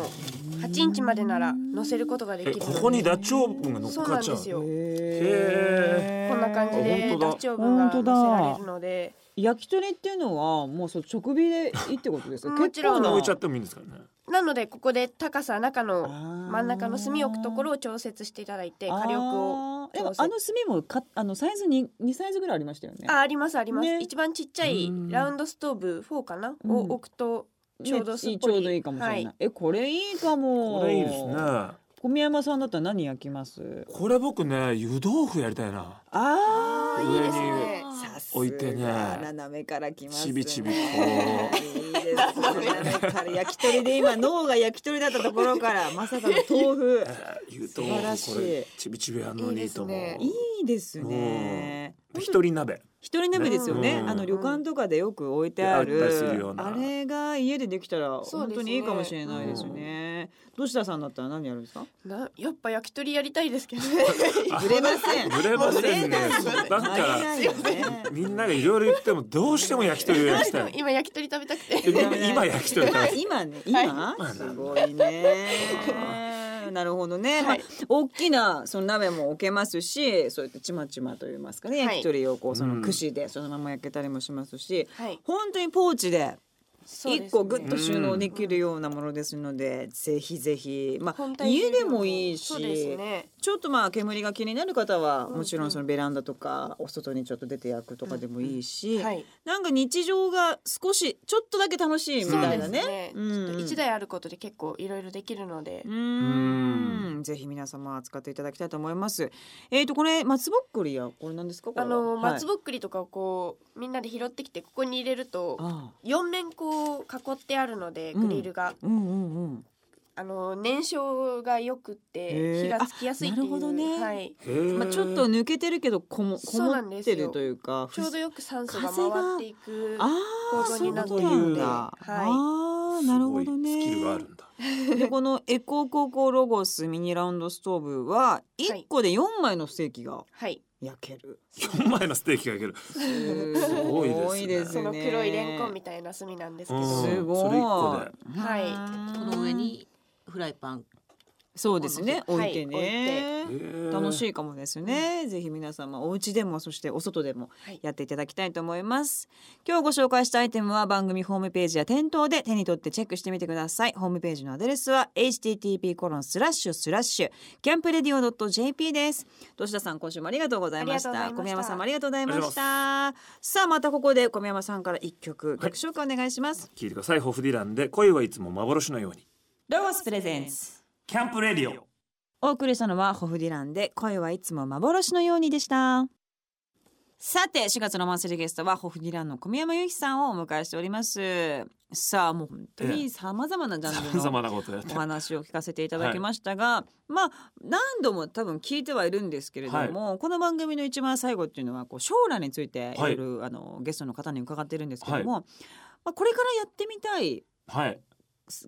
Speaker 3: 8インチまでなら乗せることができ
Speaker 2: え
Speaker 3: るの
Speaker 2: こ
Speaker 3: で、
Speaker 2: こにダッチオーブンが乗っ
Speaker 3: そう
Speaker 2: か
Speaker 3: な
Speaker 2: っ
Speaker 3: ん
Speaker 2: ちゃ
Speaker 3: で
Speaker 2: う。
Speaker 3: す
Speaker 1: へ
Speaker 3: よ。
Speaker 1: ー
Speaker 3: こんな感じ
Speaker 2: あ
Speaker 3: で
Speaker 2: 本当だ
Speaker 3: ダッチオーブンが乗せられるので、
Speaker 1: 焼き鳥っていうのはもうそう直火でいいってことですか
Speaker 3: もちろん
Speaker 1: 結構な
Speaker 2: 置いちゃってもいいんですからね。
Speaker 3: なのでここで高さ中の
Speaker 1: あー
Speaker 3: 真ん中の炭を置くところを調節していただいて火力を
Speaker 1: あーでも
Speaker 3: 調
Speaker 1: あ
Speaker 3: 節
Speaker 1: の炭もかあのサイズに二サイズぐらいありましたよね
Speaker 3: あありますあります、
Speaker 1: ね
Speaker 3: 一番ちっちゃい
Speaker 2: うん
Speaker 3: ラウンドストーブ4かな、
Speaker 1: うん
Speaker 3: を置くと
Speaker 1: ね
Speaker 3: ちょうどす
Speaker 1: い
Speaker 3: っ
Speaker 1: い
Speaker 3: ぽり
Speaker 1: ちょうどいいかもしれない、
Speaker 3: はい
Speaker 1: えこれいいかも
Speaker 2: これいいですね。
Speaker 1: 小宮山さんだったら何焼きます
Speaker 2: これ僕ね湯豆腐やりたいな。
Speaker 1: あ
Speaker 3: あ
Speaker 1: ー
Speaker 3: ーいいですね
Speaker 1: さすが
Speaker 2: 置いてね
Speaker 1: 斜めからきますね
Speaker 2: ちびちびこ
Speaker 1: ういいですね斜めから焼き鳥で今脳が焼き鳥だったところ からまさかの豆腐
Speaker 2: 湯
Speaker 1: 素晴ら
Speaker 2: 豆
Speaker 1: し
Speaker 2: 腐
Speaker 1: い
Speaker 2: これちびちびやんのにいいと思う
Speaker 3: いいですね
Speaker 1: いいですね
Speaker 2: で一人鍋
Speaker 1: 一人鍋ですよね、
Speaker 2: うん
Speaker 1: あの旅館とかでよく置いてある
Speaker 2: あったりするような
Speaker 1: あれが家でできたら
Speaker 3: そう
Speaker 1: 本
Speaker 3: です
Speaker 1: 当
Speaker 3: ね
Speaker 1: にいいかもしれないですねどうしたさんだったら何やるんですか
Speaker 3: なやっぱ焼き鳥やりたいですけどね
Speaker 1: ぶれません
Speaker 2: ぶれませんね
Speaker 1: ぶれ
Speaker 2: なん
Speaker 1: ないありえな
Speaker 2: か
Speaker 1: いよね
Speaker 2: みんながいろいろ言ってもどうしても焼き鳥を焼きたい
Speaker 3: 今焼き鳥食べたくて
Speaker 2: え今 今焼き鳥食べ
Speaker 1: 今
Speaker 2: たい
Speaker 1: 今ね今、
Speaker 2: はい
Speaker 1: すごいね。なるほどね、
Speaker 3: はい
Speaker 1: まあ、大きなその鍋も置けますしそうやってちまちまといいますかね、
Speaker 3: はい
Speaker 1: 焼き鳥をこうそうの
Speaker 2: ん
Speaker 1: 串でそのまま焼けたりもしますし、
Speaker 3: はい
Speaker 1: 本当にポーチで
Speaker 3: そうですね
Speaker 1: 一個ぐっと収納できるようなものですので、ぜひぜひ、ま
Speaker 3: 本
Speaker 1: あ、
Speaker 3: 体
Speaker 1: 家でもいいし
Speaker 3: そうですね
Speaker 1: ちょっとまあ煙が気になる方はもちろんそのベランダとかお外にちょっと出て焼くとかでもいいし、
Speaker 3: はい
Speaker 1: なんか日常が少しちょっとだけ楽しいみ
Speaker 3: そう
Speaker 1: たい
Speaker 3: で
Speaker 1: な
Speaker 3: す
Speaker 1: ね。
Speaker 3: ね、
Speaker 1: うんうん
Speaker 3: ちょっと一台あることで結構いろいろできるので
Speaker 1: う、ーんぜひ皆様使っていただきたいと思います。えっ、とこれ松ぼっくりやこれなんですかこれ
Speaker 3: あ
Speaker 1: は
Speaker 3: の
Speaker 1: はい
Speaker 3: 松ぼっくりとかをこうみんなで拾ってきてここに入れると
Speaker 1: ああ
Speaker 3: 四面こう囲ってあるのでグリルが、
Speaker 1: うんうんうん。
Speaker 3: あの燃焼がよくっ
Speaker 1: へー
Speaker 3: て火がつきやすいっていう
Speaker 1: あなるほどね
Speaker 3: はい、
Speaker 2: へー
Speaker 1: まあちょっと抜けてるけどこもこ
Speaker 3: そうなん
Speaker 1: もっ
Speaker 3: で
Speaker 1: て
Speaker 3: すよ
Speaker 1: るというか。
Speaker 3: ちょうどよく酸素が回っていく
Speaker 1: ああ
Speaker 3: 構
Speaker 1: そ
Speaker 3: 造
Speaker 1: うい
Speaker 3: に
Speaker 1: うこ
Speaker 3: なって
Speaker 1: と
Speaker 3: い
Speaker 2: る
Speaker 1: な
Speaker 2: の
Speaker 1: ん
Speaker 2: で
Speaker 1: だ。
Speaker 3: はい
Speaker 1: ああなるほどね。
Speaker 2: すごいスキルがあるんだ
Speaker 1: でこのエコココロゴスミニラウンドストーブは1個で4枚のステーキが
Speaker 3: はい
Speaker 1: 焼ける。
Speaker 2: 4枚のステーキが焼ける
Speaker 1: す
Speaker 2: ごいですね
Speaker 3: その黒いレンコンみたいな炭なんですけど、
Speaker 2: うん
Speaker 1: すごい。
Speaker 2: それ一個
Speaker 1: い。
Speaker 3: はい
Speaker 4: その上にフライパン
Speaker 1: そうですね
Speaker 3: ここ
Speaker 1: 置
Speaker 3: の
Speaker 1: いてね、楽し
Speaker 2: い。
Speaker 1: いかもですね、ぜひ皆様お家でもそしてお外でも
Speaker 3: はい
Speaker 1: やっていただきたいと思います今日ご紹介したアイテムは番組ホームページや店頭で手に取ってチェックしてみてくださいホームページのアドレスは http コロンスラッシュスラッシュキャンプレディオ .jp です土下座さん今週もありがとうございまし
Speaker 3: ありが
Speaker 1: た
Speaker 3: と
Speaker 1: 小
Speaker 3: うございま
Speaker 1: 宮山
Speaker 3: した
Speaker 1: さんもありがとうございま
Speaker 2: ありがと
Speaker 1: し
Speaker 2: うご
Speaker 1: たさあまたここで小宮山さんから一曲曲紹介お願いします、
Speaker 2: 聞いてください。ホフディランで恋はいつも幻のように。
Speaker 1: ロゴスプレゼンス
Speaker 2: キャンプレディオ。
Speaker 1: お送りしたのはホフディランで恋はいつも幻のようにでしたさて4月のマンスリーゲストはホフディランの小宮山由紀さんをお迎えしておりますさあもう本当
Speaker 2: え
Speaker 1: にさまざまなジャンルの
Speaker 2: 様々なことやって
Speaker 1: お。話を聞かせていただきましたが、まあ何度も多分聞いてはいるんですけれども、この番組の一番最後っていうのはこう将来についていろ
Speaker 2: はい
Speaker 1: いろあのゲストの方に伺ってるんですけども、まあ、これからやってみたい
Speaker 2: はい。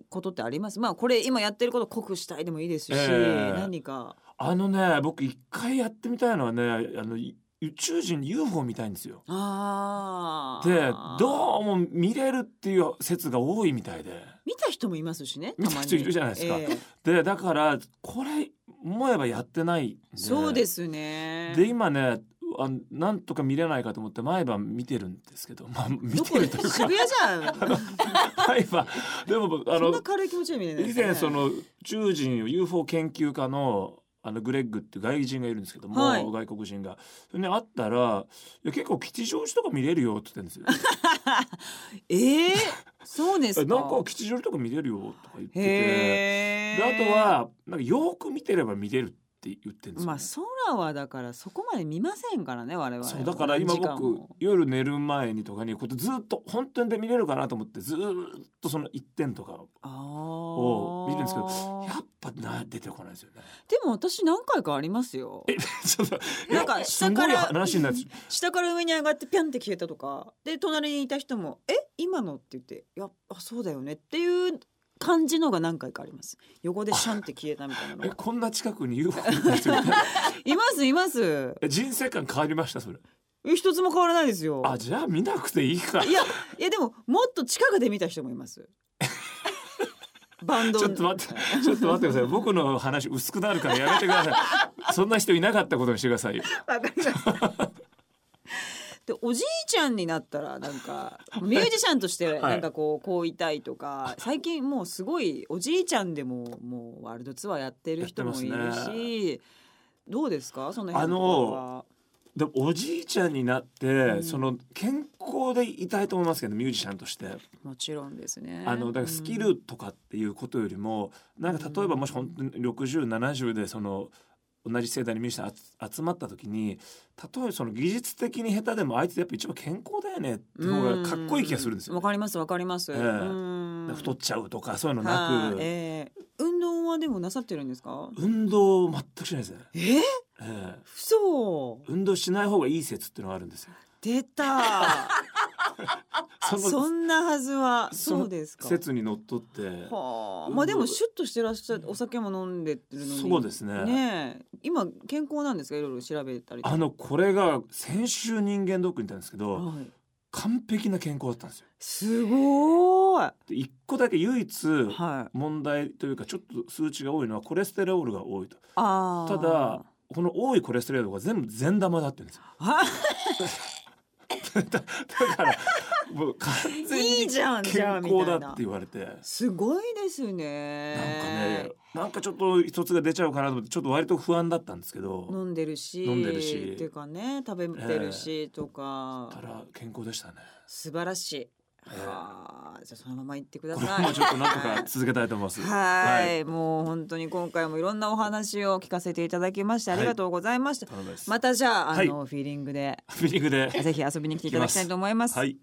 Speaker 1: ことってありますまあこれ今やってること濃くしたいでもいいですし、
Speaker 2: ええ
Speaker 1: 何か
Speaker 2: あのね、僕一回やってみたいのはね、あのい宇宙人 UFO 見たいんですよ。
Speaker 1: ああ。
Speaker 2: で、どうも見れるっていう説が多いみたいで。
Speaker 1: 見た人もいますしね。
Speaker 2: 見た人いるじゃないですか
Speaker 1: ええ
Speaker 2: で、だからこれ思えばやってないんで。
Speaker 1: そうですね。
Speaker 2: で今ねあなんとか見れないかと思って毎晩見てるんですけど、まあ、見
Speaker 1: ど
Speaker 2: て
Speaker 1: こ
Speaker 2: るというか
Speaker 1: 渋谷じゃ ん。
Speaker 2: 毎 晩でも僕あ
Speaker 1: そん
Speaker 2: の
Speaker 1: な軽い気持ちで見れないで
Speaker 2: 以
Speaker 1: すね。
Speaker 2: 前その宇宙人を UFO 研究家のあのグレッグっていう外人がいるんですけども、
Speaker 1: はい
Speaker 2: 外国人がそれに会ったらいや結構吉祥寺とか見れるよって言ってるんですよ
Speaker 1: ええそうです
Speaker 2: え
Speaker 1: か。
Speaker 2: なんか吉祥寺とか見れるよとか言ってて
Speaker 1: へ
Speaker 2: であ
Speaker 1: え。
Speaker 2: とはなんかよく見てれば見れるって言ってるんですよ、
Speaker 1: まあ空はだからそこまで見ませんからね我々は。
Speaker 2: そうだから今
Speaker 1: 時間
Speaker 2: 僕
Speaker 1: も
Speaker 2: 夜寝る前にとかにこうやってずっと本当にで見れるかなと思ってずっとその一点とかを
Speaker 1: あ
Speaker 2: を
Speaker 1: あ。
Speaker 2: 見るんですけどやっぱな出てこないですよね。
Speaker 1: でも私何回かありますよ。
Speaker 2: ちょっと
Speaker 1: なんか
Speaker 2: いや
Speaker 1: 下から
Speaker 2: すごい話になって
Speaker 1: 下から上に上がってピャンって消えたとかで隣にいた人も「え今の?」って言って「いやあそうだよね」っていう感じのが何回かあります横でシャンって消えたみたいなの
Speaker 2: え
Speaker 1: が
Speaker 2: こんな近くに UFO いるんですよね
Speaker 1: いますいます
Speaker 2: え 人生観変わりましたそれ。
Speaker 1: え一つも変わらないですよ
Speaker 2: あじゃあ見なくていいか。
Speaker 1: いやいやでももっと近くで見た人もいますバンド
Speaker 2: ちょっと待ってちょっと待ってください僕の話薄くなるからやめてくださいそんな人いなかったことにしてくださいよ
Speaker 1: わかりましたでおじいちゃんになったらなんかミュージシャンとしてなんかこうこういたいとか最近もうすごいおじいちゃんでももうワールドツアーやってる人もい
Speaker 2: や
Speaker 1: る
Speaker 2: ってます
Speaker 1: し、どうですかその辺
Speaker 2: あの
Speaker 1: のところは
Speaker 2: でもおじいちゃんになって、
Speaker 1: ん
Speaker 2: その健康でいたいと思いますけどミュージシャンとして
Speaker 1: もちろんですね
Speaker 2: あのだからスキルとかっていうことよりも、なんか例えばもし本当に6070でその同じ世代にミュージシャンあつ集まった時に例えばその技術的に下手でもあいつやっぱ一番健康だよねって
Speaker 1: うん
Speaker 2: 方がかっこいい気がするんです
Speaker 1: わ
Speaker 2: よ。
Speaker 1: かりますわかります、
Speaker 2: ええ
Speaker 1: うん
Speaker 2: 太っちゃうとかそういうのな
Speaker 1: はい
Speaker 2: く、
Speaker 1: ええ運動はでもなさってるんですか
Speaker 2: 運動全くしないですね、
Speaker 1: えー、
Speaker 2: ええ
Speaker 1: 嘘
Speaker 2: 運動しない方がいい説っていうのがあるんですよ。
Speaker 1: 出た
Speaker 2: その
Speaker 1: そんなはずは
Speaker 2: その
Speaker 1: そうですか
Speaker 2: 説にのっとって
Speaker 1: はあ、まあでもシュッとしてらっしゃるお酒も飲んでるのに
Speaker 2: そうですね
Speaker 1: ねえ今健康なんですかいろいろ調べたりとか
Speaker 2: あのこれが先週人間ドックに行ったんですけど
Speaker 1: はい、
Speaker 2: 完璧な健康だったんですよ。
Speaker 1: すごーい
Speaker 2: で一個だけ唯一
Speaker 1: はい
Speaker 2: 問題というかちょっと数値が多いのはコレステロールが多いと
Speaker 1: あー
Speaker 2: ただこの多いコレステロールが全部善玉だっ て言うんですよ
Speaker 1: あ
Speaker 2: だだからもう完全
Speaker 1: いい
Speaker 2: に
Speaker 1: じゃんじゃあ
Speaker 2: 健
Speaker 1: み
Speaker 2: 康
Speaker 1: た
Speaker 2: だ
Speaker 1: いな
Speaker 2: って言われてなんか
Speaker 1: すごいですね
Speaker 2: ねなんかちょっと一つが出ちゃうかなと思ってちょっと割と不安だったんですけど
Speaker 1: 飲んでるし
Speaker 2: 飲んでるし
Speaker 1: っていうかね食べてるしとか、
Speaker 2: たら健康でしたね
Speaker 1: 素晴らしい、
Speaker 2: ええ
Speaker 1: はあじゃあそのまま行ってくだ
Speaker 2: これ
Speaker 1: さい
Speaker 2: もちょっとなんとか続けたいと思います
Speaker 1: はい、もう本当に今回もいろんなお話を聞かせていただきましてありがとうございました、
Speaker 2: 頼みます
Speaker 1: またじゃああ
Speaker 2: はい
Speaker 1: の、フィーリングで
Speaker 2: フィリングで
Speaker 1: ぜひ遊びに来ていただきたいと思います。
Speaker 2: はい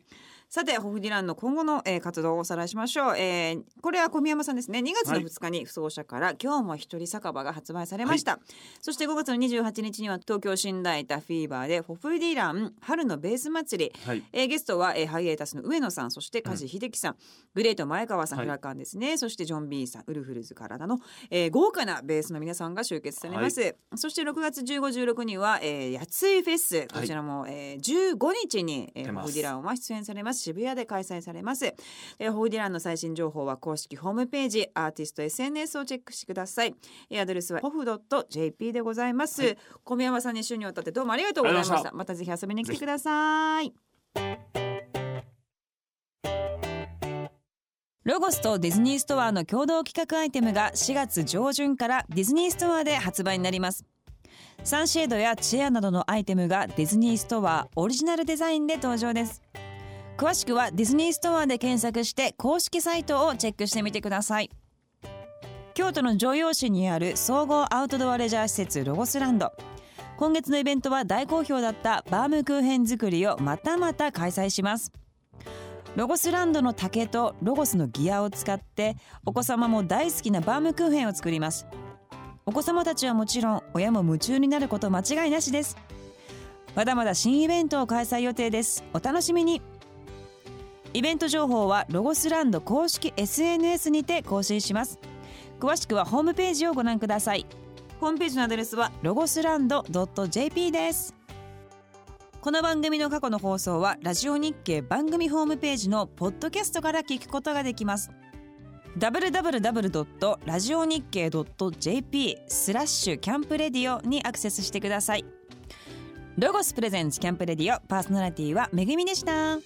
Speaker 1: さてホフディランの今後の、えー活動をおさらいしましょう、えーこれは小宮山さんですね2月の
Speaker 2: はい
Speaker 1: 2日に「不走者」から、今日も一人酒場」が発売されました、そして5月の28日には東京新大田フィーバーでホフディラン春のベース祭り
Speaker 2: はい
Speaker 1: えーゲストは、えーハイエータスの上野さんそして梶秀樹さん、グレート前川さん、
Speaker 2: はい
Speaker 1: フラカンですねそしてジョン・ビーンさんウルフルズからなの、えー豪華なベースの皆さんが集結されます、そして6月1516には、えー、やついフェスこちらも、えー15日に、え
Speaker 2: 出
Speaker 1: ー、
Speaker 2: ます
Speaker 1: ホフディランは出演されます渋谷で開催されます、えーホイディランの最新情報は公式ホームページアーティスト SNS をチェックしてくださいえーアドレスはホフドット .jp でございます、小宮山さんに週にわたってどうもありがとうございました
Speaker 2: あ
Speaker 1: ま
Speaker 2: りがとう
Speaker 1: たぜひ遊びに来てくださいロゴスとディズニーストアの共同企画アイテムが4月上旬からディズニーストアで発売になりますサンシェードやチェアなどのアイテムがディズニーストアオリジナルデザインで登場です詳しくはディズニーストアで検索して公式サイトをチェックしてみてください京都の城陽市にある総合アウトドアレジャー施設ロゴスランド今月のイベントは大好評だったバームクーヘン作りをまたまた開催しますロゴスランドの竹とロゴスのギアを使ってお子様も大好きなバームクーヘンを作りますお子様たちはもちろん親も夢中になること間違いなしですまだまだ新イベントを開催予定ですお楽しみにイベント情報はロゴスランド公式 SNS にて更新します詳しくはホームページをご覧くださいホームページのアドレスはロゴスランド .jp ですこの番組の過去の放送はラジオ日経番組ホームページのポッドキャストから聞くことができます www.radionickei.jp スラッシュキャンプレディオにアクセスしてくださいロゴスプレゼンツキャンプレディオパーソナリティはめぐみでした